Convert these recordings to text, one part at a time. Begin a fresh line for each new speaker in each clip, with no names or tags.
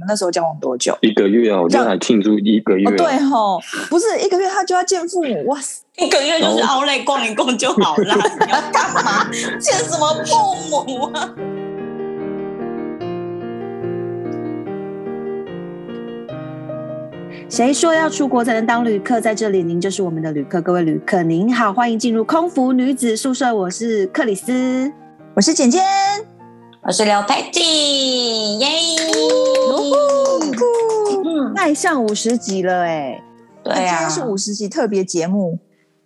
们那时候交往多久？
一个月啊，我觉得还庆祝一个月、
哦
啊，
对吼，不是一个月他就要见父母，哇塞！
一个月就是奥莱逛一逛就好 了，你要干嘛？见什么父母啊？
谁说要出国才能当旅客？在这里，您就是我们的旅客。各位旅客，您好，欢迎进入空服女子宿舍。我是克里斯，
我是简简，
我是刘佩蒂，耶！嗯，
迈向五哎十集了哎、
对
今
呀、
天
啊，
是五十集特别节目，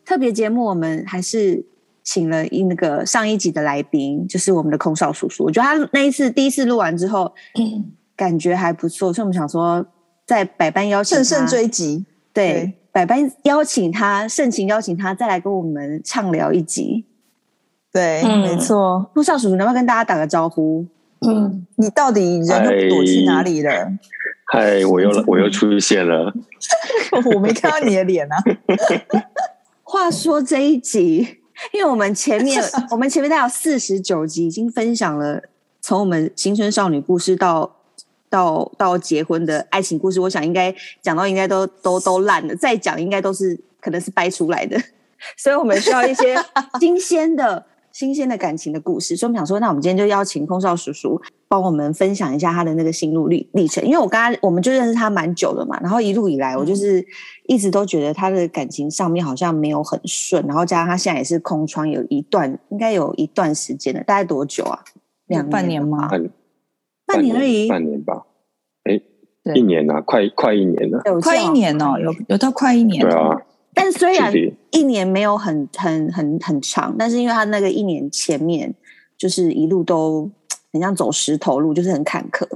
特别节目我们还是请了一那个上一集的来宾，就是我们的空少叔叔。我觉得他那一次第一次录完之后，
嗯
感觉还不错，所以我们想说，在百般邀请他
乘胜追击，
对
对
百般邀请他，盛情邀请他再来跟我们畅聊一集。
对，
嗯
没错。
空少叔叔，能不能跟大家打个招呼？
嗯，
你到底人又躲去哪里了？
嗨，我 又我又出现了，
我没看到你的 脸啊！
话说这一集， 因为我们前面我们前面大概有四十九集已经分享了从我们新生少女故事到到到结婚的爱情故事，我想应该讲到应该都都都烂了，再讲应该都是可能是掰出来的， 所以我们需要 一些新鲜的。新鲜的感情的故事，所以我们想说，那我们今天就邀请空少叔叔帮我们分享一下他的那个心路历历程，因为我跟他我们就认识他蛮久了嘛，然后一路以
嗯
来我就是一直都觉得他的感情上面好像没有很顺，然后加上他现在也是空窗，有一段应该有一段时间了，大概多久啊？两
有半年
了
吗
半
半年而已，
半年吧，哎，
对
一年啊，快快一年了，
对我记得
快一年哦，有有到快一年
对
了，
啊，
但虽然
是的
一年没有很很很很长，但是因为他那个一年前面就是一路都很像走石头路，就是很坎坷。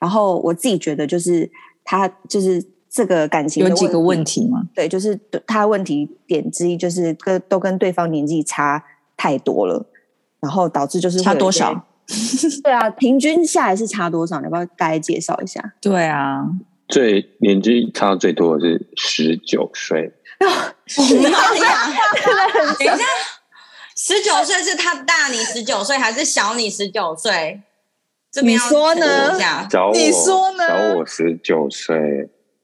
然后我自己觉得就是他就是这个感情
有
的
几个
问
问
题
题吗？
对，就是对他的问题点之一就是跟都跟对方年纪差太多了，然后导致就是会
差
有一
多
些
少？？
对啊，平均下来是差多少？你要不要大概介绍一下？
对啊，
最年纪差最多的是十九岁，
你好呀，等一下，十九岁是他大你十九岁，还是小你十九岁？这边要
你说呢
澄清一下
小我
你说呢
小我十九岁，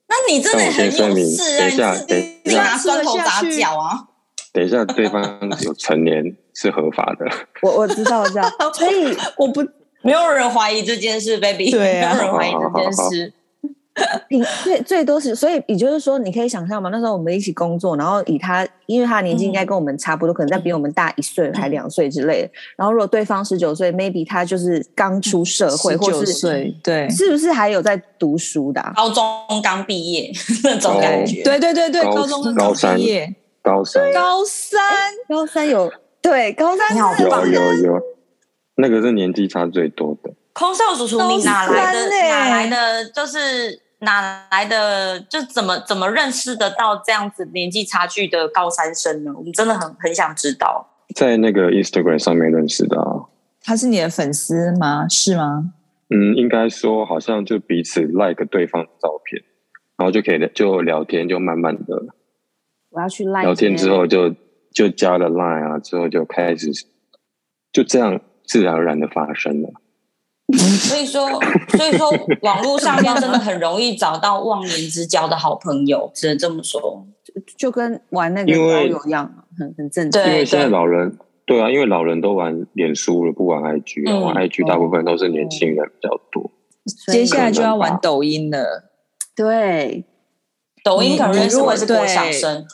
那你真的很有事啊！
但我先声明
你
等
是
一下等一下
你拿砖头砸脚啊！
等一下对方有成年是合法的，
我我知道，我知 道，所以
我不
没有人怀疑这件事，baby。
对啊
没有人怀疑这件事。
平最最多是，所以也就是说，你可以想象嘛，那时候我们一起工作，然后以他，因为他的年纪应该
嗯
跟我们差不多，可能再比我们大一岁还两岁之类的。然后如果对方十九岁，maybe 他就是刚出社会，
嗯十
或
九
是
岁，对
是不是还有在读书的啊、
高中刚毕业 那种感觉，
对对对对，
高
高中跟
高
中
三
毕业，
高三
啊
高三
高三有对高三
你好
是
有有有，那个是年纪差最多的，
空少叔叔，你哪来
高
的
三？欸
哪来的？就是哪来的？就怎么怎么认识得到这样子年纪差距的高三生呢？我们真的很很想知道。
在那个 Instagram 上面认识的啊。
他是你的粉丝吗？是吗？
嗯，应该说好像就彼此 like 对方的照片，然后就可以就聊天，就慢慢的
我要去赖
聊天之，后就就加了 line 啊，之后就开始就这样自然而然的发生了。
所以说，所以说，网络上面真的很容易找到忘年之交的好朋友， 只能这么说。
就跟玩那个
因
老
为
友一样嘛，很很正常。
因
对
为现在
对
老人对啊，因为老人都玩脸书了，不玩 IG 了，
嗯
玩 IG 大部分都是年轻人比较多。
所以
接下来就要
可能
玩
吧
抖音了。
对
抖音可能认识我是国小生，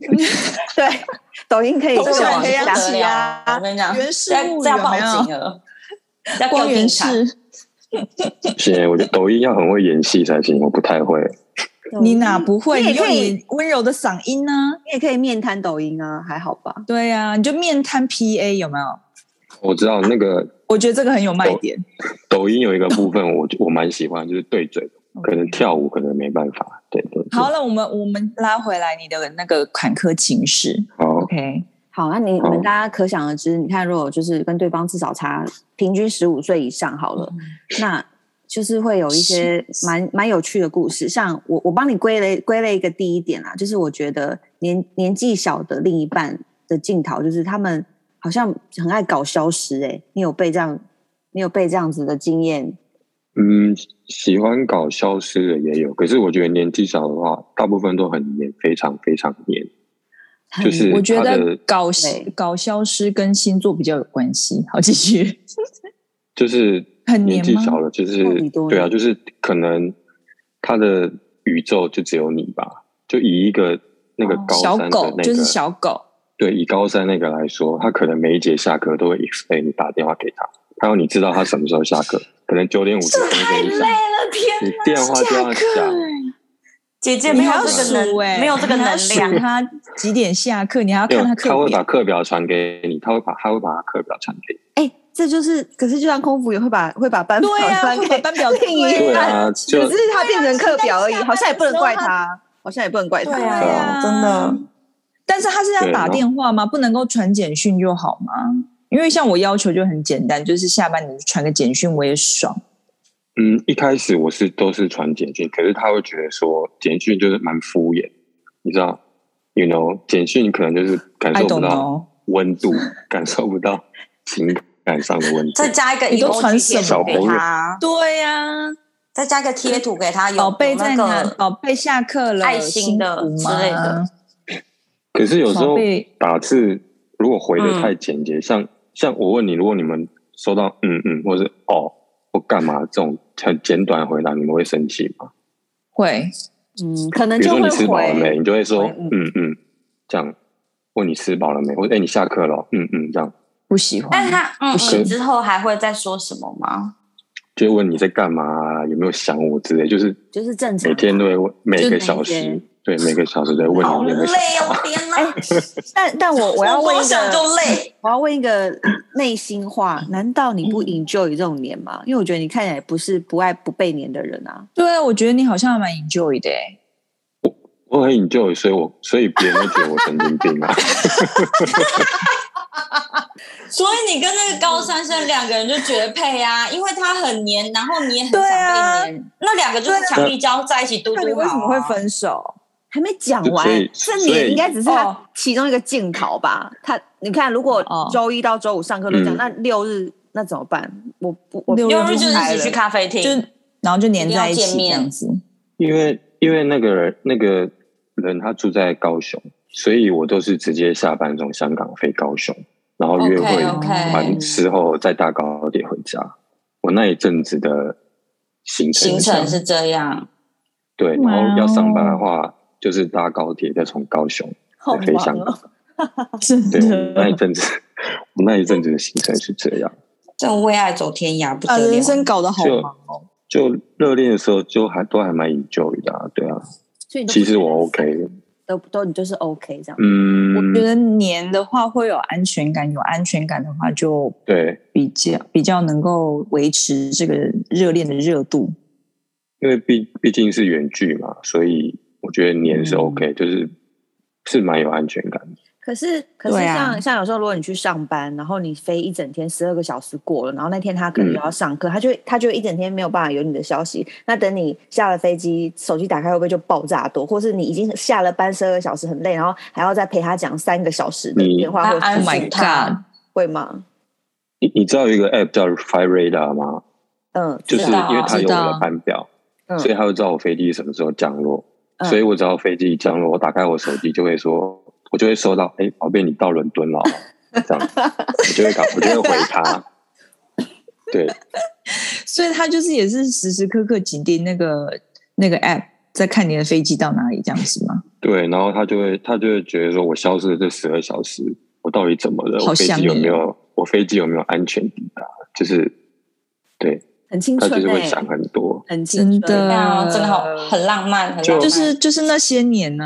对，抖音可以啊
抖音
上网
可以
一下
让
不得啊了我跟你讲，
原始
这
物
这
有
要
没有
报警了，要给我
光
警
源
察。
氏，
哦
现在我觉得抖音要很会演戏才行，我不太会。
你哪不会？
你
你
也
用
可以，
你温柔的嗓音呢、
你也可以面谈抖音啊，还好吧？
对啊，你就面瘫 PA 有没有？
我知道那个
我觉得这个很有卖点。
抖音有一个部分我，我蛮喜欢，就是对嘴， 可
哦
能跳舞可能没办法。对对对
好，那我们我们拉回来你的那个坎坷情史。
好，
OK，
好，那你你们
好
大家可想而知，你看，如果就是跟对方至少差平均十五岁以上好
嗯
了，那就是会有一些蛮蛮有趣的故事。像我，我帮你归类归类一个第一点啦，就是我觉得年年纪小的另一半的镜头，就是他们好像很爱搞消失、欸。哎，你有被这样，你有被这样子的经验
嗯，喜欢搞消失的也有，可是我觉得年纪小的话，大部分都很黏，非常非常黏。
很
就是
我觉
他
得
的
搞
对
搞消失跟星座比较有关系。好，继续。
就是
很黏
年
吗
纪小了，就是
到底多
对啊，
黏
就是可能他的宇宙就只有你吧。就以一个那个
哦
高
小
三的
狗
那
就
个
是小狗，
对，以高三那个来说，他可能每一节下课都会 explain 你打电话给他，他要你知道他什么时候下课，可能九点五十分
太
钟
累
就下，
了，天！
你电话就要响，
姐姐
你
没
还
有
要
这个
数
能，
哎，
没有这个
你还
能
要数
量。
它几点下课，你还要
没有
看它，
他
课
会把
表。
课表传给你，他会把他会把他课表传给你。
哎、这就是，可是就像空腹也会把会把班表
对啊，
翻
会
给
把班表
另一
对
半，
啊，就
可是它变成课表而已，
对啊
好像也不能怪他，好像也不能怪
对
他。
啊
啊，
真的。
但是他是要
对啊
打
然后
电话吗？不能够传简讯就好吗？因为像我要求就很简单，就是下班你传个简讯我也爽。
嗯，一开始我是都是传简讯，可是他会觉得说简讯就是蛮敷衍，你知道，you know，简讯可能就是感
I
受不
don't
到
know，
温度， 感受不到情感上的温度
再。加一个
你都
emoji
传什么
贴图给
小
他，
对呀、
再加一个贴图给他，有
宝贝在
有那
哪？
个
宝贝下课了，
爱心的
辛苦吗
之类的。
可是有时
宝
候
贝
打字如果回
嗯
的太简洁，像像我问你，如果你们收到嗯嗯或是哦或干嘛这种很简短的回答，你们会生气吗？
会，
嗯，可能
比如
就
说
会
你吃饱了没，
回。
你就会说
回嗯
嗯嗯这样，问你吃饱了没，或者哎、你下课了哦，嗯嗯这样。
不喜欢。
但他嗯
不是
嗯之后还会再说什么吗？
就问你在干嘛啊、有没有想我之类，就是
就是正常
每天都会问，每
每
个
天
小时，对，每个小时都会问
好
你有没
累
有想
哦
我。，
天哪！
哎
但但我我要问
光
一
想就
个，
累。
我要问一个内心话：难道你不 enjoy 这种黏吗？因为我觉得你看起来不是不爱不被黏的人啊。
对啊，我觉得你好像还蛮 enjoy 的、欸。
我很 enjoy，所以我所以别人会觉得我神经病 啊。
所以你跟那个高三生两个人就绝配啊，因为他很黏，然后你也很
对
想
啊
被黏，那两个就是强力胶在一起嘟嘟
那
好啊。
你为什么会分手？
还没讲完
所以，
这
所
年
以
应该只是
哦
他其中一个镜头吧？他你看，如果
哦
周一到周五上课都这样，
嗯
那六日那怎么办？我不，我
六
六日就是
开
一
了
起去咖啡厅，
就然后就黏在一
一定要见
起这
面
样子。
因为因为那个人那个人他住在高雄，所以我都是直接下班从香港飞高雄，然后约会
OK，OK
完之后再搭高铁回家。我那一阵子的行程
行
是这样
程是这样。
对，然
哇哦
后要上班的话，就是搭高铁再从高雄
好
飞
忙
香
哦
港。
真
对，我那一
的
阵子， 我那一阵子的行程是这样，
这种为爱走天涯不
把
得了，
啊人生搞得好
就
忙哦。
就热恋的时候就还都还蛮 enjoy 的、啊，对啊，
所以你都
其实我 OK，
都都你就是 OK 这样。
我觉
嗯，
得黏的话会有安全感，有安全感的话就
对，
比较比较能够维持这个热恋的热度。
因为毕毕竟是远距嘛，所以我觉得黏
嗯
是 OK，、就是是蛮有安全感的。
可是可是
对啊
像、像有时候如果你去上班，然后你飞一整天十二个小时过了，然后那天他可能
嗯
就要上课，他就他就一整天没有办法有你的消息。那等你下了飞机，手机打开会不会就爆炸多？或是你已经下了班十二个小时很累，然后还要再陪他讲三个小时的
你
电话，
他
或者
安
Oh
是
my
抚他
god！
会吗？
你你知道有一个 app 叫 Fire Radar 吗？
嗯，
就是
知道
因为它有
知
我
道
的班表，
嗯
所以它会知道我飞机什么时候降落。
嗯
所以我只要飞机一降落，我打开我手机就会说，我就会收到，哎、宝贝，你到伦敦 了哦，这样，我就会搞，我就会回他。对，
所以他就是也是时时刻刻紧盯那个那个 app，在看你的飞机到哪里这样子 吗？
对，然后他就会他就会觉得说我消失的这十二小时，我到底怎么了？
好
我飞
想
机
你
有没有我飞机有没有安全抵达？就是对
很青
他
春
就是
哎、
会
欸
想很多。
很青春，欸
真的
对啊，真的好很浪漫，很浪漫
嗯就是就是那些年呢、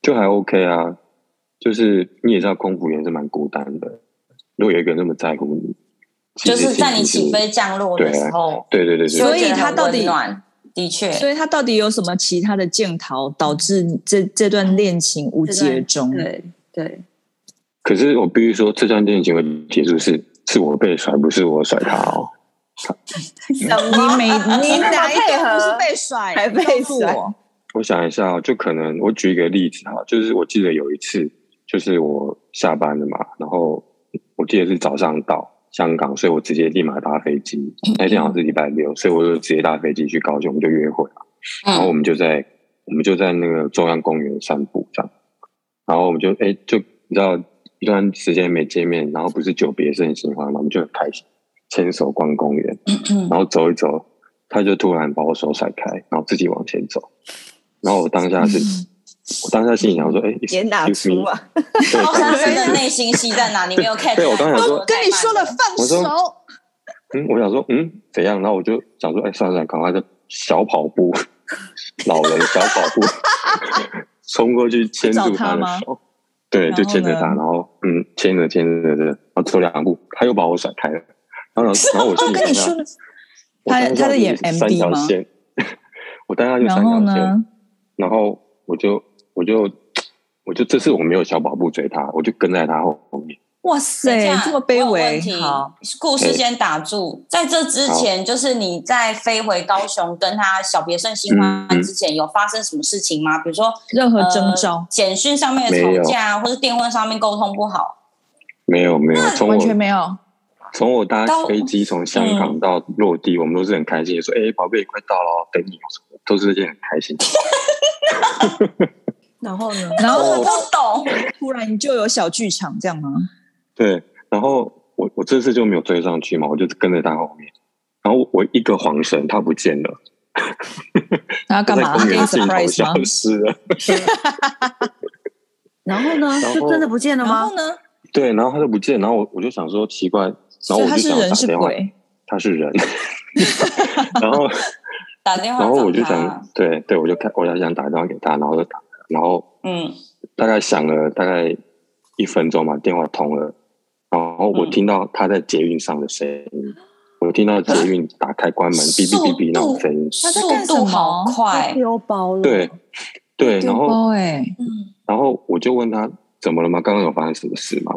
就还 OK 啊。就是你也知道，空服员是蛮孤单的。如果有一个人那么在乎你，其
就
实
是在
心情
你起
是
飞降落的时候，
对啊对对对，
所以他到底
就会觉得很温暖的确，
所以他到底有什么其他的镜头导致你这这段恋情无疾而终？
对对，
可是我必须说，这段恋情的结束是是我被甩，不是我甩他哦。
你 每你
干嘛
哪一
配
段不
合
是被甩，
还被
告诉
甩
我
我想一下哦，就可能我举一个例子哈，就是我记得有一次，就是我下班了嘛，然后我记得是早上到，香港，所以我直接立马搭飞机。那天好像是礼拜六，所以我就直接搭飞机去高雄，我们就约会啊。然后我
嗯，
们就在我们就在那个中央公园散步这样。然后我们就哎、就你知道一段时间没见面，然后不是久别胜新欢嘛，我们就很开心，牵手逛公园，然后走一走，他就突然把我手甩开，然后自己往前走。然后我当下是，我当下心里想说，哎、
也哪
excuse
出
me
啊？
对
哦，
当
他
时
真 的
是
内心戏在哪？你没有 catch
对我刚才想说
我跟你说了，放
我说
手。
嗯，我想说，嗯，怎样？然后我就想说，哎、算了算了，赶快就小跑步，老人小跑步 冲过去牵住
去找他
的
吗
手，对，
然后
就牵着
呢
他，然后嗯，牵着牵着的，然后走两步，他又把我甩开了，然后然后我心
我
里
跟你
想
说
想，
了，
我
他
当下
他在
就是
演
三
MD
条
吗
线，我当下就三
然
条
后
线，
呢？
然后我就我就我就这次我没有小跑步追他，我就跟在他后面，
哇塞
这么卑微好，
故事先打住。在这之前，就是你在飞回高雄跟他小别胜新欢
嗯嗯
之前，有发生什么事情吗？比如说
任何征
呃
兆、
简讯上面
没有
的吵架，或是电话上面沟通不好。
没有没有，从我
完全没有。
从我搭
到
飞机
嗯
从香港到落地，我们都是很开心，说：“哎、宝贝，快到了哦，等你哦。”什么的都是一件很开心的 事。
然后呢？
然
我
后
不
呢
懂，
突然就有小剧场这样吗？
对，然后我我这次就没有追上去嘛，我就跟着他后面，然后我一个晃神，他不见了，
他要
他
干
在
嘛？
公
给
园
你
的镜头
surprise 吗
消？失了。
然后呢？
然后
就真的不见 了
然
吗
后？呢？
对，然后他就不见，然后我我就想说奇怪，然
所
后
以
我
他
就是想要
人
打
是
电话，
鬼？
他 是人，然后
打电话
然
找
后我就
他
想，，对对，我就看我就想打电话给他，然后就打，然后
嗯，
大概响了大概一分钟嘛，电话通了，然后我
嗯
听到他在捷运上的声音，我听到捷运打开关门哔哔哔哔那种声音，
他在
速
干什
度
么
好
他
快，
丢包了。
对对，然后
哎，
嗯，
然后我就问他怎么了吗？刚刚有发生什么事吗？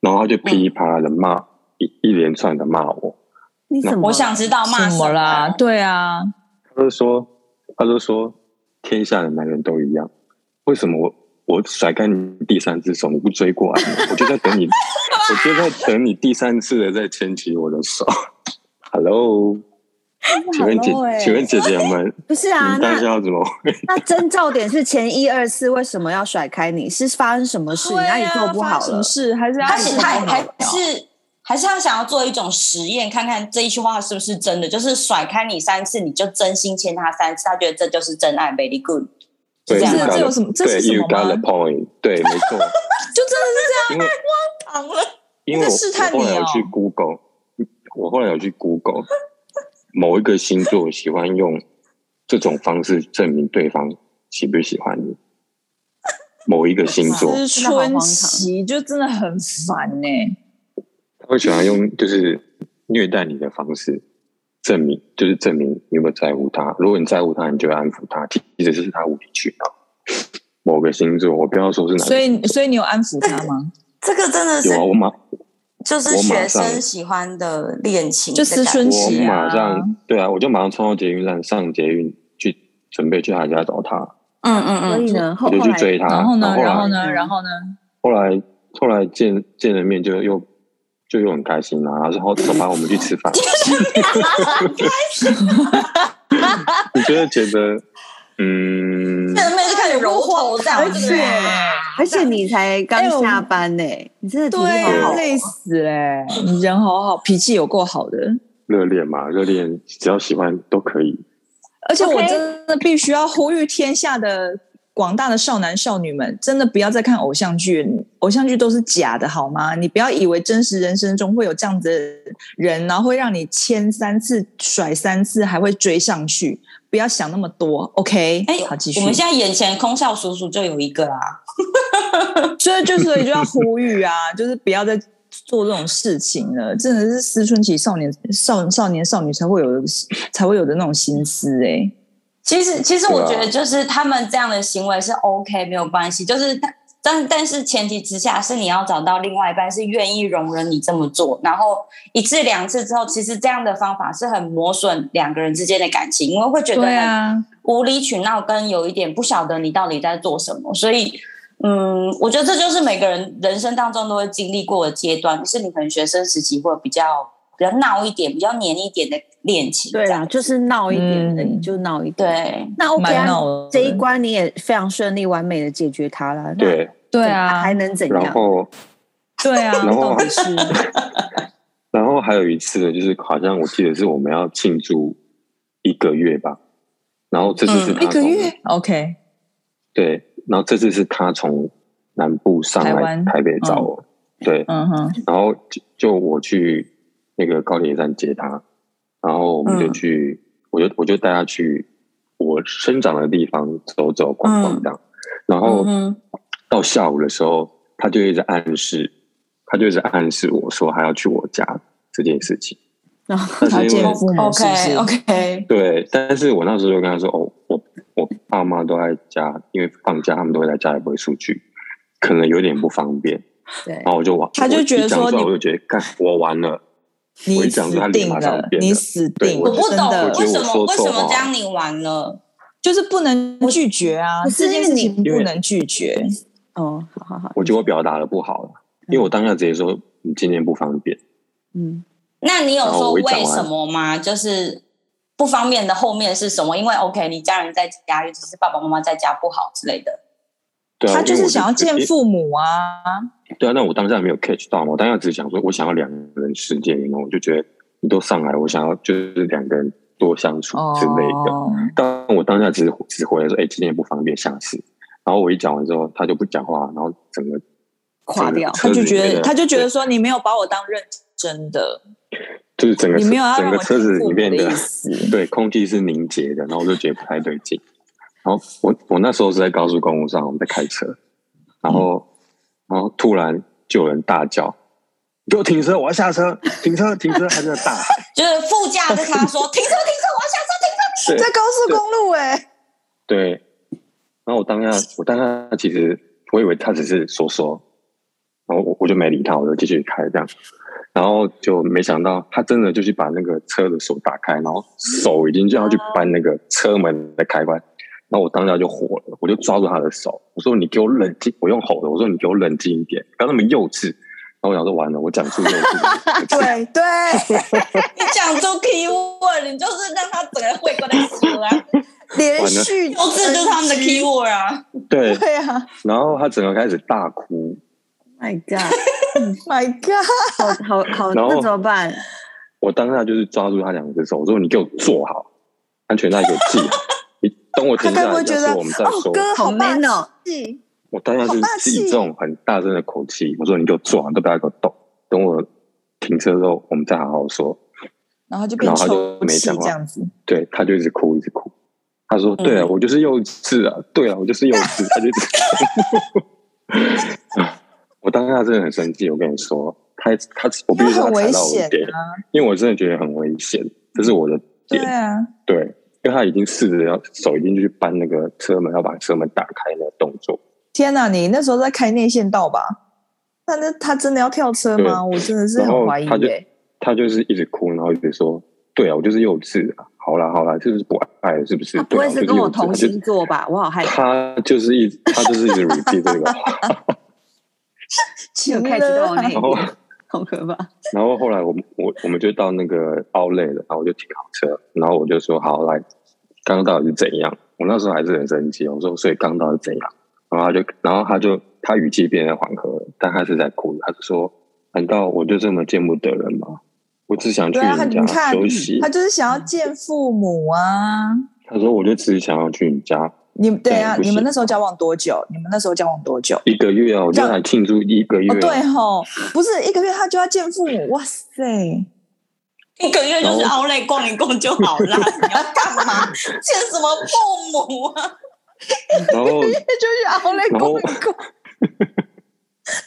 然后他就噼里啪啦的骂、一一连串的骂我，
你怎
嗯
么？
我想知道骂
怎么
么
啦？对啊，
他就说他就说天下的男人都一样，为什么我？我甩开你第三只手，你不追过来吗，我就在等你，我就在等你第三次的再牵起我的手。Hello，请问姐
Hello，欸，
哎
请问姐姐们，
不是啊？
你当下
那
要怎么？
那征兆点是前一二次为什么要甩开你？是发生什么事？你
对啊
哪里做不好
发生什么？事？
了
还是
他是他
太
还是还是他想要做一种实验，看看这一句话是不是真的，就是甩开你三次，你就真心牵他三次，他觉得这就是真爱，very good。
对
这样
you
这
got
有什么
the-
这是
对
什
，You
么
got the
吗
point。对，没错，
就真的是
因为
糖了，
因为我
在试探
我后来
你
有
哦
去 Google，我嗯后来有去 Google，某一个星座喜欢用这种方式证明对方喜不喜欢你。某一个星座
这样，
真的好荒
春
唐
期就真的很烦呢、
他会喜欢用就是虐待你的方式证明，就是证明你有没有在乎他。如果你在乎他，你就会安抚他，其实是他无理取闹。某个星座，我不要说是哪
所
个星
以，
座，
所以你有安抚他吗？
这个真的是
有啊，我马
就是
我马
学生
上
喜欢的恋情
就
的
思
感觉，
春
我
期
马
啊，
上对啊，我就马上冲到捷运站上捷运去准备去他家找他，
嗯嗯
所
嗯，
以呢，后
我就
后
去
来
追他。
然后呢，然
啊然
后
来
呢，
嗯
然后呢，
后来后来见见了面就又就又很开心啊，然后走吧，我们去吃饭。你就会觉得嗯，
见面就开始揉头这样
而
子
且，而且你才刚
哎我
下班呢、你真的体力
对
好
哦
啊，
好。
累死嘞、你人好好，脾气有够好的，
热恋嘛，热恋只要喜欢都可以。
而且我
OK
真的必须要呼吁天下的广大的少男少女们，真的不要再看偶像剧，偶像剧都是假的，好吗？你不要以为真实人生中会有这样子的人，然后会让你牵三次、甩三次，还会追上去，不要想那么多，OK？
哎
好，继，续。
我们现在眼前空少叔叔就有一个啊啦，
所以就所以就要呼吁啊， 就是不要再做这种事情了，真的是思春期少年少少年少女才会有的才会有的那种心思哎、
其实，其实我
对啊
觉得就是他们这样的行为是 OK，没有关系。就是但但但是前提之下是你要找到另外一半是愿意容忍你这么做，然后一次两次之后，其实这样的方法是很磨损两个人之间的感情，因为会觉得很
啊，
无理取闹跟有一点不晓得你到底在做什么，所以嗯，我觉得这就是每个人人生当中都会经历过的阶段，就是你可能学生时期会比较比较闹一点、比较黏一点的恋情，
对
这
啊，
样
就是闹一点的，
嗯
你就闹一点。，
对，
那 OK
蛮
啊
闹的，
这一关你也非常顺利、完美的解决它了。那
对，
对
那
啊
还，能怎
然
样？
后
对 啊，
然后
到底是
然后还有一次呢，就是好像我记得是我们要庆祝一个月吧，然后这次是
嗯
他从、
OK，
对，然后这次是他从南部上
台
来
湾哦
台北找我，对，
嗯哼，
然后就就我去那个高铁站接他，然后我们就
嗯
去，我就我就带他去我生长的地方走走逛逛
嗯
这样，然后
嗯哼，
到下午的时候，他就一直暗示，他就一直暗示我说他要去我家这件事 情。
然后
但
条
是因为
件父母是不
OK
是？
OK，
对，但是我那时候就跟他说，哦，我我爸妈都在家，因为放假他们都会在家，也不会出去，可能有点不方便。
对
然后我就完，
他就
我一
觉得
讲
说
出来
你
我就觉得，看我完了，我
你
一讲
死
出他脸
定
马上
了，
变了
你死
对
定了，
我不
真
懂
的
为什
我觉得
么
我说
为什
错话
么这样你完了，
就是不能拒绝啊，
不是
这件
因为
事
你
情
因为
不能拒绝。
哦，好好好，
我觉得我表达的不好了，因
嗯
为我当下直接说你今天不方便，
嗯，
那你有
然后
说
我一讲
为
完
什么吗？就是不方便的后面是什么？因为 OK，你家人在家，尤其是爸爸妈妈在家不好之类的。
对啊，
他就
因为
是
我
想要见
因为
父母啊，
对啊，那我当下没有 catch 到嘛，我当下只想说，我想要两个人世界，然后我就觉得你都上来，我想要就是两个人多相处之类的。
哦，
但我当下只是只回来说，哎、今天不方便，下次。然后我一讲完之后，他就不讲话，然后整个
垮掉
他
整个车子
就
里
觉
面
得
的
他就觉得说你没有把我当认真的，
就是整个
你
车
没有要
整
让
个
我
车子
听父
里
母
面
的意思。
对空气是凝结的，然后我就觉得不太对劲。然后我我那时候是在高速公路上，我们在开车，然后、
嗯
然后突然就有人大叫：“你给我停车！我要下车！停车！停车！”他就在大喊。
就是副驾跟他 说停车停车，我要下车停车。
对
高速公路哎、
对，然后我当下，我当下其实我以为他只是说说，然后我我就没理他，我就继续开这样，然后就没想到他真的就去把那个车的锁打开，然后手已经就要去扳那个车门的开关，然后我当下就火了，我就抓住他的手，我说你给我冷静，我用吼的，我说你给我冷静一点，不要那么幼稚。然后我想说完了，我讲出幼稚的字，
对对，
你讲出 key word，你就是让他整个会过来说 啊，
连续
，Oh
幼稚就是他们的 key word 啊。
对，
对啊
然后他整个开始大哭，
，My God，
，My God，
好好好，
然后
那怎么办？
我当下就是抓住他两只手，我说你给我坐好，安全带给我系好，你等我
他
停
该
下
不
来
会觉
的时
得
候我们再
哦
说。
哥
好
好霸
man 哦
气，
我当下
好霸
是
气
以这种很大声的口气，我说你给我坐好，都不要给我动，等我停车之后我们再好好说。
然后就变
然后他就
抽
没
泣
讲话
这样子，
对，他就一直哭，一直哭。他说：“对
嗯
啊，我就是幼稚啊，对啊，我就是幼稚。”他就一直哭 我当下真的很生气，我跟你说，他他我必须
那
说
很
他
危
踩到我的
险
点，
啊，
因为我真的觉得很危险，这是我的
对
点。
啊，
对，因为他已经试着要手已经去搬那个车门，要把车门打开的动作。
天哪、你那时候在开内线道吧？那那他真的要跳车吗？我真的是
然后
很怀疑
他就
耶、
他就是一直哭，然后一直说：“对啊，我就是幼稚啊，好啦好啦，是不是不爱了？是不是？”
他不
对啊
会
我就是是
跟我
幼稚，
同
他就
星座吧？我好害怕，
他就是一他就是一直 repeat 这个话，
没有
情
catch 到我那一
了
然后
点，好可怕。
然后后来我们我我们就到那个 outlet 了，然后我就停好车，然后我就说：“好，来，刚刚到底是怎样？”我那时候还是很生气，我说：“所以刚刚到底是怎样？”然后他就，然后他就，他语气变得缓和了，但他是在哭的。他就说：“难道我就这么见不得人吗？我只想去
对啊，他
你
你
家
看
休息。”
他就是想要见父母啊。
他说：“我就只想要去你家
你对啊，
不行
你们那时候交往多久？你们那时候交往多久？
一个月啊，我就
让
还庆祝一个月、啊
哦，对吼，不是一个月他就要见父母，哇塞！
一个月就是熬累逛一逛就好 了，你要干嘛？见什么父母啊？
然后
那 就是熬了
嗯然后
过，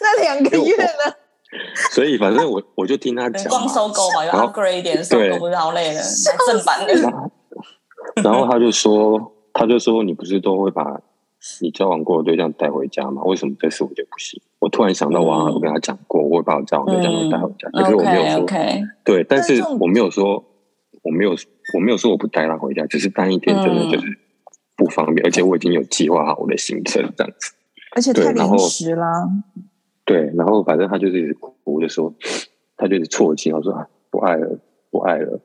那两个月呢？
所以反正我我就听他讲
哦
逛
嘛，
搜狗吧，有
然后
upgrade 一点，搜狗不是熬累了，买正版的。
然后他就说，他就说你不是都会把你交往过的对象带回家吗？为什么这次我就不行？我突然想到，我好像有跟他讲过，我会把我交往对象都带回家，可是我没有
OK
说
OK，
对，但
但
是
这种
我没有说，我没有，我没有说我不带他回家，只是那一天真的就是不方便，而且我已经有计划好我的行程这样子。
而且太
对然后
临时啦。
对，然后反正他就是一直哭，我就说，他就是啜泣，我说啊不爱了，不爱了，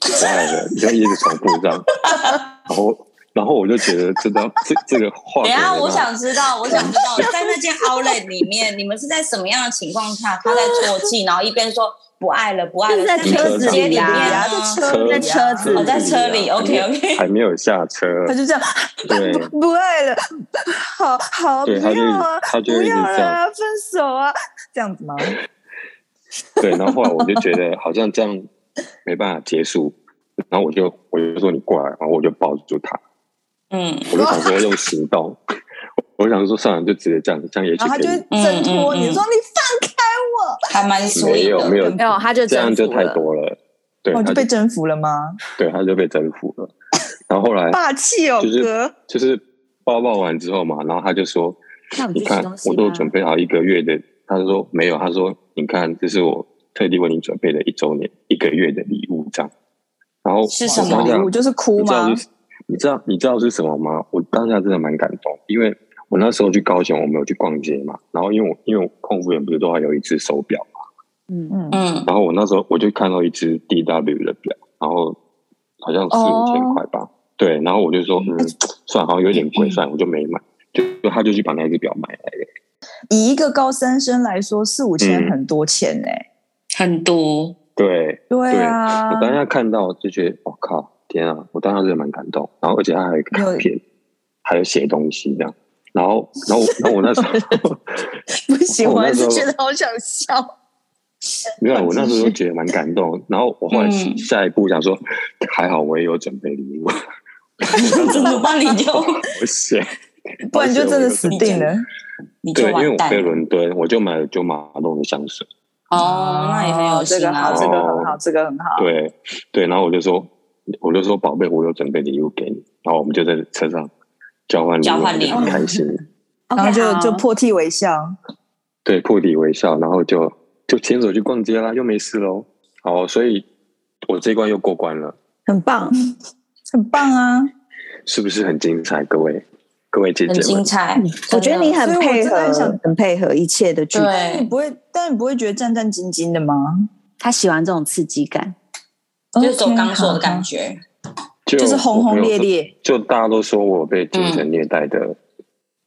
不爱了，就一直重复这样。然后，然后我就觉得这张这这个啊话，
等一下，我想知 道，我想知道，在那间 Outlet 里面，你们是在什么样的情况下，他在 啜泣，然后一边说不爱了，不爱了，
就是在
那你们
车
子
直接
里
里面
呀
吗
在车
在
里啊
车子
哦在车里
还没有
OK，OK
还没有下车，
他就这样，
对
不不爱了， 好好不
对他就
要啊，
他就
不
一直
要
这
了
样，
啊，分手啊，这样子吗？
对，然后后来我就觉得好像这样没办法结束，然后我就我就说你过来，然后我就抱住他，
嗯，
我就想说用行动， 我想说算了，就直接这样，这样也许
然后他
可
就
以
会挣脱
嗯嗯
你，
嗯
说你放开我，
还蛮 sweet 的
没有没有
没有，他就
这样就
征服
太
了。
多了，对，
我
他
哦就
就
被征服了吗？
对他就被征服了。然后后来
霸气哦，
就是
哥，
就是抱抱完之后嘛，然后他就说
那我：“们
你
去吃
看
哦东，西
我
吧
都准备好一个月的。”他说：“没有。”他说：“你看，这是我特地为你准备的一周年一个月的礼物，这样。”然后
是什么
我当下
礼物就是哭
你知道
吗
是？你知道你知道是什么吗？我当下真的蛮感动，因为我那时候去高雄，我们有去逛街嘛。然后因为我因为我空服员不是都还有一只手表，
嗯，
嗯，
嗯
然后我那时候我就看到一只 DW 的表，然后好像四
哦
五千块吧，对，然后我就说嗯，算了好像有点贵，算了我就没买，就就他就去把那只表买来了，
以一个高三生来说，四五千
嗯
很多钱哎、
很多，
对，
对啊，
我当下看到就觉得我、靠，天啊，我当下真的蛮感动，然后而且他还有一个卡片，还有写东西这样，然后然后然后我那时候。
不行，
我
我
那
还是
时候
觉得好想笑。
没有，我那时候觉得蛮感动。然后我后来
嗯
下一步想说，还好我也有准备礼物，
怎么办？你 就
我写，
不然你就真的死
死。
定了。
你就
对，因为
完
我
蛋
飞
了
伦敦，我就买了九马龙的香水。
哦，那也很有
这
心
个好，
啊
哦这，个很好，这个很好。
对对，然后我就说，我就说宝贝，我有准备礼物给你。然后我们就在车上交换礼
交
物，
换礼物
很开心，
然后
OK，
就
好
就破涕为笑。
对，破涕为笑，然后就就牵手去逛街啦，又没事喽。好，所以我这一关又过关了，
很棒。
很棒啊！
是不是很精彩？各位各位姐
很
姐
精
们，
彩。
嗯我觉得你很
所以我
配
真的
合
很想，
很配合一切的剧
对。
但你不会，但你不会觉得战战兢兢的吗？
他喜欢这种刺激感。
就是走钢索的感
觉，
觉，
就
就是轰轰烈，烈。
就大家都说我被精神虐待的，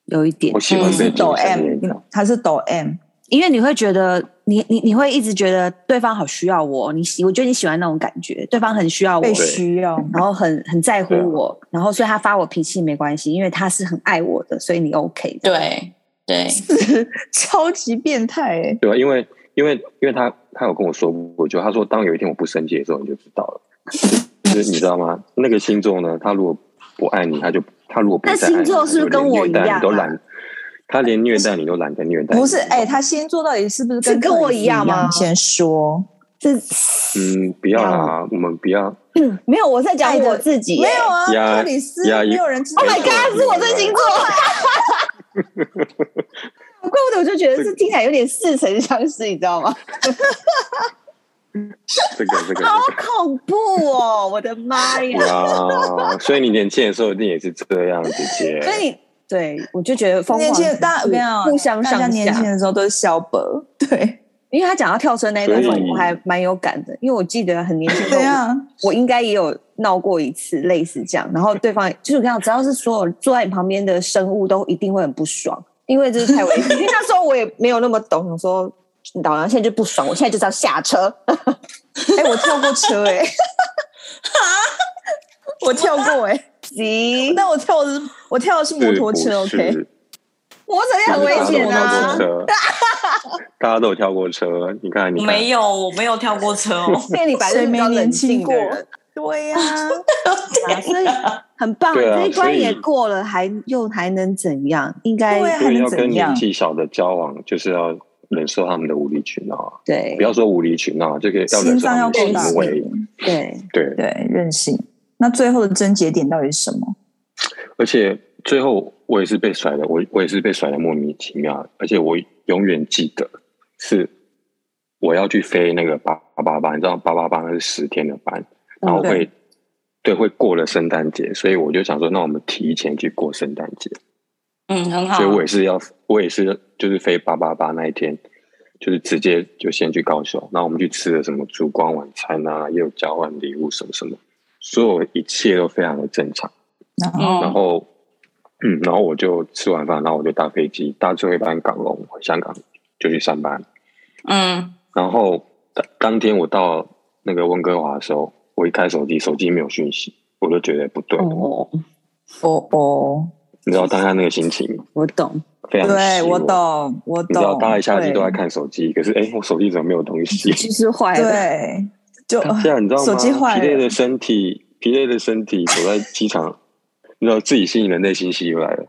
有一点
我，喜欢
嗯
被
抖
精神
M，
虐待。
他是抖 M，
因为你会觉得你你你会一直觉得对方好需要我，你喜我觉得你喜欢那种感觉，对方很需要我
被，需要。
然后很很在乎
对啊
我，然后所以他发我脾气没关系，因为他是很爱我的，所以你 OK 的。
对对，
超级变态哎、
对啊，因为因为因为他他有跟我说过，就他说当有一天我不生气的时候，你就知道了。就是你知道吗？那个星座呢，他如果不爱你，他就他如果不
那
再爱你
星座是不是
他就连
跟我
虐待
一样啊
你都懒，他连虐待你都懒得虐待你。
不是哎、他星座到底是不是跟
是跟我
克里斯
一样吗
先说，
这
嗯，不要啦，我们不要。
没有我在讲
爱的
我自己耶，
没有啊，
呀
克里斯
呀
没有人知道。
Oh
，My God，是我这星座。 怪不得我就觉得是听起来有点似曾相识，你知道吗？
这个这个
好恐怖哦！我的妈
这
呀
个！哇！所以你年轻的时候一定也是这样，姐姐。
所以你对我就觉得疯狂
年轻人大家没有
互相
大家
上
年轻
下。
的时候都是小伯，对，
因为他讲到跳车那一段，
所以
我还蛮有感的，因为我记得很年轻的时
怎
候，
样？
我应该也有闹过一次类似这样。然后对方 就是我跟你讲，只要是所有坐在你旁边的生物，都一定会很不爽，因为这是太危险。因为那时候我也没有那么懂，我说老娘现在就不爽，我现在就是要下 车。
哎、我跳过车哎、我跳过哎、
行，
但我跳的是我跳的是摩托车
是不
，OK，
是
我怎样很危险啊
大家都有跳过？ 车，大家都有跳过车。你看，你
我
看，
没有，我没有跳过车哦。
因为你本来就是
谁
比
没
较冷
年轻
静
过
的人，？
对呀、
啊所以很棒，
对啊
这一
所
关
以
也过了，还又还能怎样？应该
对啊
所以要
还能
跟
怎样
年纪小的交往，就是要忍受他们的无理取闹，啊
对
不要说无理取闹，这个要忍
心
受
脏
他
要
们
够
的
大
行为。，
对，
对，
对，任性。那最后的症结点到底是什么？
而且最后我也是被甩的，我我也是被甩的莫名其妙，而且我永远记得是我要去飞那个八八八，你知道八八八是十天的班，
嗯
然后会、对会过了圣诞节，所以我就想说，那我们提前去过圣诞节。
嗯，很好
所以。我也是要，我也是就是飞八八八那一天，就是直接就先去高雄，然后我们去吃了什么烛光晚餐啊，也有交换礼物什么什么，所有一切都非常的正常。
然后
然
嗯
后，嗯，然后我就吃完饭，然后我就搭飞机，搭最后一班港龙回香港就去上班。
嗯
然后当当天我到那个温哥华的时候，我一开手机，手机没有讯息，我就觉得不对，
哦，
哦哦，
你知道当下那个心情
我懂，
非常
对
失
我
落。
懂，我
你知道，
懂，
大家一下机都在
对
看手机，可是哎、诶我手机怎么没有东 西？
就是坏了，
对，就
这样你知道吗？
手机坏
疲累
了
的身体，疲累的身体走在机场，你知道自己心里的内心戏又来了，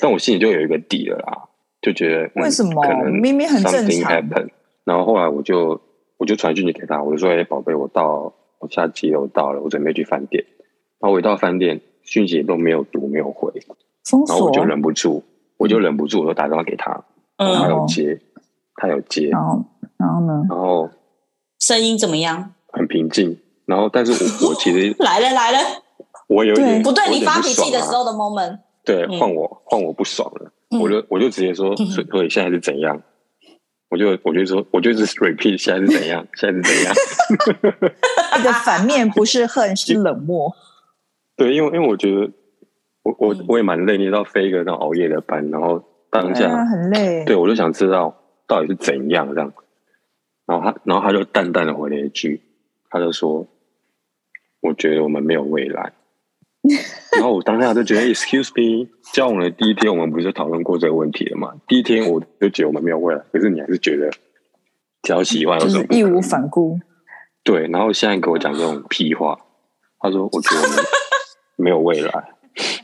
但我心里就有一个底了啦，就觉得、嗯
为什么
可能
明明很正
something
常
happen。然后后来我就我就传讯息给他，我就说：“哎、宝贝，我到我下机了，我到了，我准备去饭店。”然后我一到饭店，讯息也都没有读，没有回，
封
然后
锁
我，就忍不住，我就忍不住，我就打电话给他，然后他
嗯，
有接，他有接，
然后然后呢？
然后
声音怎么样？
很平静。然后，但是我我其 实
来了来了，
我有一
对
点
不对，
我有
你
点
发
不
脾气的
爽啊
时候的 moment，
对，
嗯
换我换我不爽了，
嗯
我就我就直接说，
嗯
所以所以现在是怎样？我就我就说，我就是 repeat 现在是怎 样，现在是怎样？
你的反面不是 恨，是冷漠。
对，因为因为我觉得我我
嗯
我也蛮累，你知道飞一个那种熬夜的班，然后当
对啊，
下
很累。
对我就想知道到底是怎样这样。然后他然后他就淡淡的回了一句，他就说，我觉得我们没有未来。然后我当下就觉得，Excuse me，交往的第一天我们不是就讨论过这个问题了吗？第一天我就觉得我们没有未来，可是你还是觉得只要喜欢有
就
什
是
么不
义
可
无
以
反顾，
对，然后现在给我讲这种屁话，他说我觉得我们没有未来，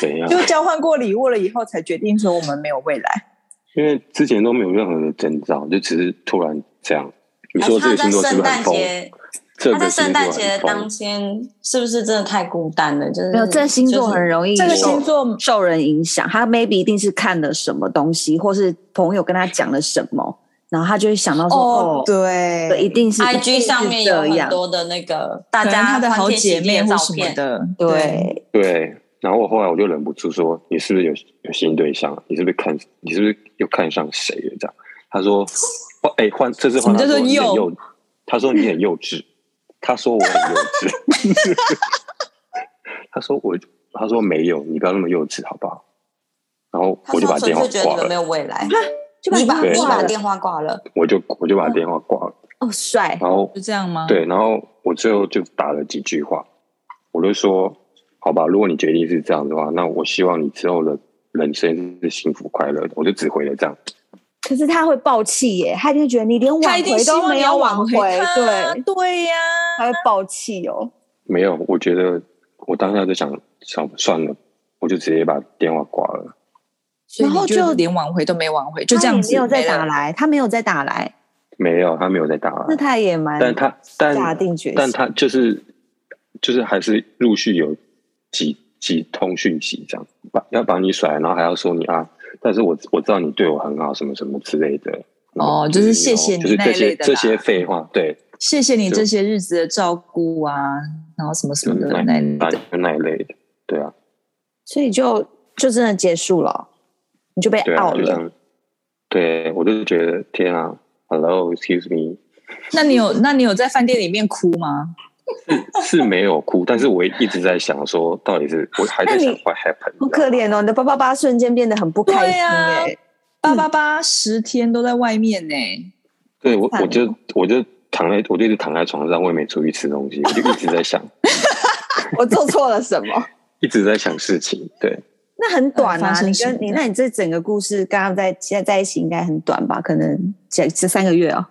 怎样？
就交换过礼物了以后，才决定说我们没有未来。
因为之前都没有任何的征兆，就只是突然这样。你
还是
说这
啊
个星
他在
座是不是很
圣诞
疯？
节，
这
他在
个星
圣
座
诞节的
很
当
疯，
天是不是真的太孤单了？就是
没有这星座很
嗯
容易
这个
受
星
哦
座
受人影响，他 maybe 一定是看了什么东西，或是朋友跟他讲了什么，然后他就会想到说
哦
哦。
对
对，一定是一
IG
定是
上面有
这
很
样
多的那个
可
大
能
家
他的好
欢天喜
姐
地
妹
的
或
照
什么
片，
的，
对，
对。然后我后来我就忍不住说：“你是不是有有新对象？你是不是看你是不是又看上谁了？”这样他说：“哦，哎，换这次换
什么
他
叫做
说你很
幼
幼，他说你很幼稚，他说我很幼稚， 他说我他说没有，你不要那么幼稚好不好？”然后
他
我就
说
把
纯
电话
粹觉得
挂
你们没
了，
有 未来，
就
你把
对
你
然
把
后
电话挂了，
我就我就把电话挂了。
哦帅，
然后
就这样
嗯
吗？
对，然后我最后就打了几句话，我就说，好吧，如果你决定是这样的话，那我希望你之后的人生是幸福快乐的。我就只回了这样，
可是他会爆气耶，他一定会觉得你连挽
他一定
回
希
都
望
没
你
有
要
挽
挽
回，
他
对，
对呀、
他会爆气哦。
没有，我觉得我当下就想想算了，我就直接把电话挂了。
所以
然后
你
就
连挽回都没挽回，就这样
他
子，
也没有再打
了。
来，他没有再打来，
没有，他没有再打
那
了，
他也蛮
但他但
下定决
但
心。
他就是就是还是陆续有几几通讯息这样，把要把你甩，然后还要说你啊，但是我我知道你对我很好，什么什么之类的。然后
哦就是谢
有
谢你
就是
那
这
一
些
类的
这
啦
些废话，对，
谢谢你
就嗯
这些日子的照顾啊，然后什么什
就
么
是
的
那
那
那
对
那一类的，对啊，
所以就就真的结束了哦，你就被
对啊，
out
就这
了。
样。对，我就觉得天啊，Hello，excuse me，
那你有那你有在饭店里面哭吗？
是没有哭，但是我一直在想说，到底是我还在
那你
想 what happened，
好可怜哦，你的八八八瞬间变得很不开心
啊
哎、
八八八十天都在外面呢、
对我，
惨
我
哦
就我就躺在，我就一直躺在床上，我也没出去吃东西，我就一直在想，
我做错了什么？
一直在想事情。对，
那 很短
发
啊，
生
你
什么
跟你
的
那你这整个故事刚刚在现在在一起应该很短吧？可能这这三个月哦，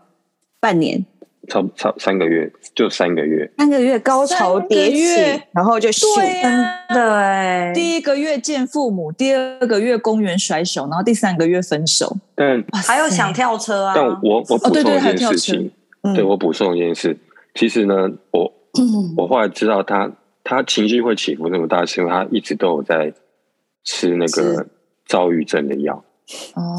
半年。
差不差三个月，就三个月。
三个月高潮
三
迭
个
起
月，
然后就咻
对啊呀、
对，
第一个月见父母，第二个月公园甩手，然后第三个月分手。
但
哇塞
还有想跳车啊，
但我我补
对
充
对
一
还有
件
跳
事
车
情，
嗯
对我补充一件事，其实呢，我
嗯
我后来知道他他情绪会起伏那么大，是因为他一直都有在吃那个
吃
躁郁症的药。
哦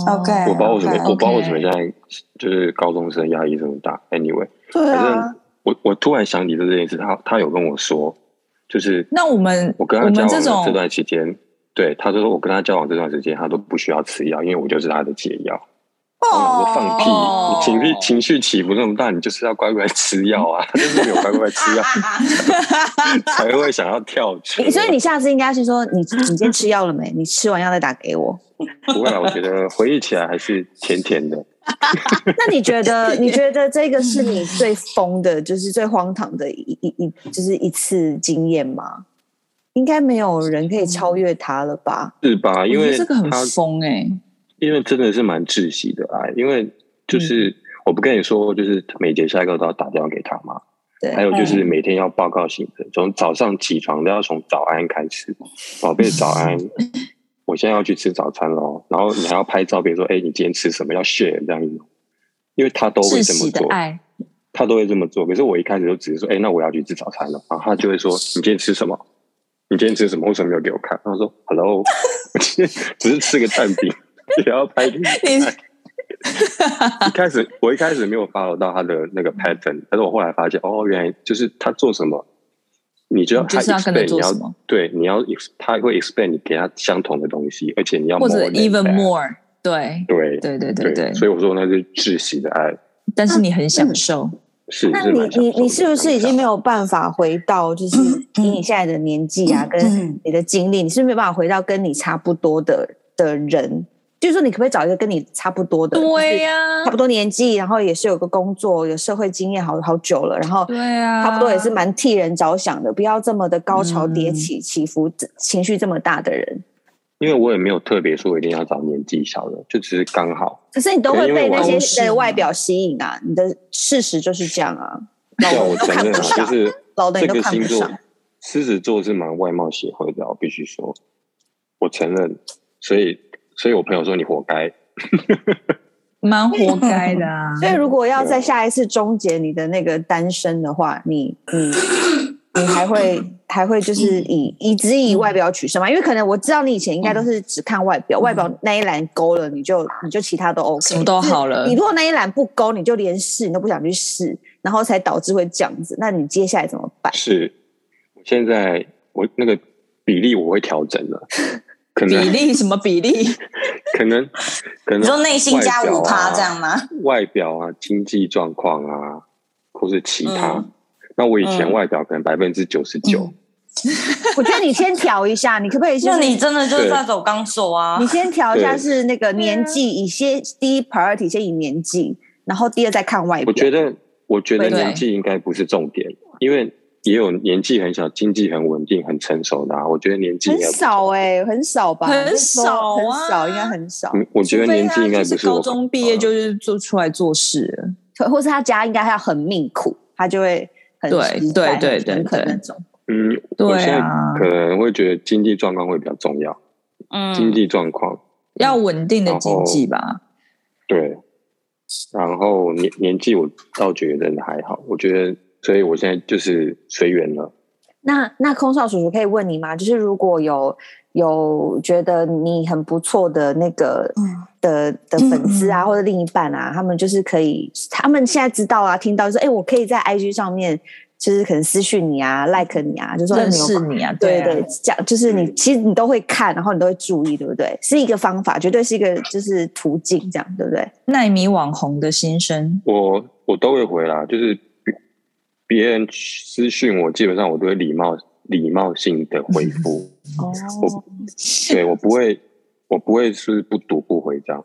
OK
我不知道为什么，
OK
我不知道为什么现在就是高中生压力这么大。Anyway，
对啊
啊
反正，我我突然想起这件事，他他有跟我说，就是
那我们
我跟他
我
交
们这
往的
种
这段期间，对，他就说我跟他交往这段时间，他都不需要吃药，因为我就是他的解药。然后我说放屁，
哦
你情绪情绪起伏那么大，你就是要乖乖吃药啊，就是没有乖乖 吃药才会想要跳车。
你所以你下次应该是说，你你今天吃药了没？你吃完药再打给我。
不会啦，我觉得回忆起来还是甜甜的。
那你觉 得？你觉得这个是你最疯的，就是最荒唐的一一一，就是一次经验吗？应该没有人可以超越它了吧？
是吧？因
我觉
为
得这个很
他
疯哎、
因为真的是蛮窒息的啊，因为
嗯
就是、我不跟你说，就是每节下课都要打电话给他嘛。
对
还有就是
嗯
每天要报告行程，从早上起床都要从早安开始，宝贝早 安，我现在要去吃早餐喽。然后你还要拍照片说，哎、你今天吃什么？要 share 这样一种，因为他都会
窒
这么
息的
做，
爱，
他都会这么做。可是我一开始就只是说，哎、那我要去吃早餐了，然后他就会说，你今天吃什么？你今天吃什么？为什么没有给我看？然后说，Hello，我 今天只是吃个蛋饼，也要拍给你
你
一开始我一开始没有 follow 到他的那个 pattern，但是我后来发现，哦，原来就是他做什么，你就要
你就是要
他
跟着
expect
做
你
什么
要对你要 ex- 他会 expect 你给他相同的东西，而且你要
或者
more than
even
that
more，对
对
对对
对
对对，
所以我说那是窒息的爱，
但是你很享受，
是
那
是
你
蛮享
你
受
你
的
是不是已经没有办法回 到，就是以你现在的年纪啊，跟
嗯
你的经历，你是不是没办法回到跟你差不多的的人？就是说，你可不可以找一个跟你差不多的？
对呀、
差不多年纪，然后也是有个工作，有社会经验好好久了，然后
对呀、
差不多也是蛮替人着想的，不要这么的高潮
嗯
迭起、起伏、呃情绪这么大的人。
因为我也没有特别说我一定要找年纪小的，就只是刚好，
可是你都
对
会
因为
被
我
那
还
些
是
的外表吸引啊，你的事实就是这样啊，
对啊，我
都
承
看
认
不
啊，就
上，
是
老的你
这
都
个
看
星
不
座
上。
狮子座是蛮外貌协会的，我必须说，我承认，所以所以我朋友说你活该。
蛮 活该的啊。
所以，如果要
对
在下一次终结你的那个单身的话，你你你 还会还会就是以以只以外表取胜吗？因为可能我知道你以前应该都是只看外表，外表那一栏勾了，你就你就其他都 OK，
什么都好了
你如果那一栏不勾，你就连试你都不想去试，然后才导致会这样子。那你接下来怎么办？
是，我现在我那个比例我会调整 了，可
比
能
例什么比例？
可 能可
你说
能
内心加五趴这样吗？
外表啊、经济状况啊，或是其他。
嗯
那我以前
嗯
外表可能百分之九十
嗯
九，
我觉得你先调一下，你可不可以先
那你真的就是在走钢索啊
啊你！先调一下
对
是那个年
啊
纪，以先第一 priority 先以年纪，然后第二再看外表。
我觉得我觉得
对
年纪应该不是重点，因为也有年纪很小、经济很稳定、很成熟的、啊。我觉得年纪应
很
该不是
少哎、很少吧？
很
就是说
少啊
很少，应该很少。
嗯 我觉得
除非
年纪
他
应该不
就是
我呃
高中毕业就是做出来做事了，
嗯
或是他家应该还要很命苦，他就会很
对
实在
对对
很诚恳
对
那种。
嗯，我
对
现在
啊
可能会觉得经济状况会比较重要，经
嗯，
济状况
要稳定的经济吧。
对，然后年年纪我倒觉得还好，我觉得，所以我现在就是随缘了。
那那空少叔叔可以问你吗？就是如果有有觉得你很不错的那个、的的
嗯
粉丝啊，或者另一半啊，他们就是可以，他们现在知道啊，听到说，哎、我可以在 IG 上面，就是可能私讯你啊，like 你啊，就说哎
认
你有
识你啊，
对
啊
对，这样就是你
嗯
其实你都会看，然后你都会注意，对不对？是一个方法，绝对是一个就是途径，这样对不对？
奈米网红的心声，
我我都会回啦，就是别别人私讯我，基本上我都会礼貌礼貌性的回复，
哦，
对我不会我不会是不读不回这样。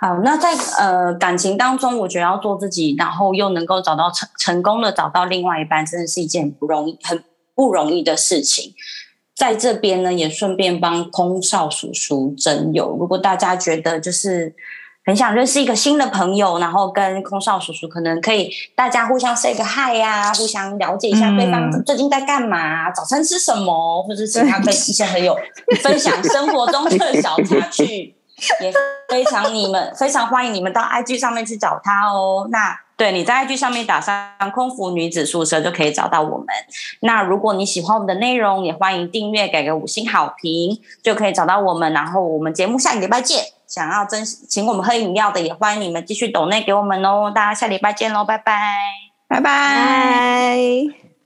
好，那在呃感情当中，我觉得要做自己，然后又能够找到成成功的找到另外一半，真的是一件很不容易、很不容易的事情。在这边呢，也顺便帮空少叔叔征友。如果大家觉得就是很想认识一个新的朋友，然后跟空少叔叔可能可以大家互相 say 个 hi 呀、互相了解一下对方
嗯
最近在干嘛、早餐吃什么，或者其他跟一些朋友分享生活中的小插曲。也非常你们 非常欢迎你们到 IG 上面去找他哦。那对你在 IG 上面打上“空服女子宿舍”就可以找到我们。那如果你喜欢我们的内容，也欢迎订阅，给个五星好评，就可以找到我们。然后我们节目下个礼拜见。想要珍惜请我们喝饮料的，也欢迎你们继续抖内给我们哦。大家下礼拜见喽，拜拜。
拜拜。
拜。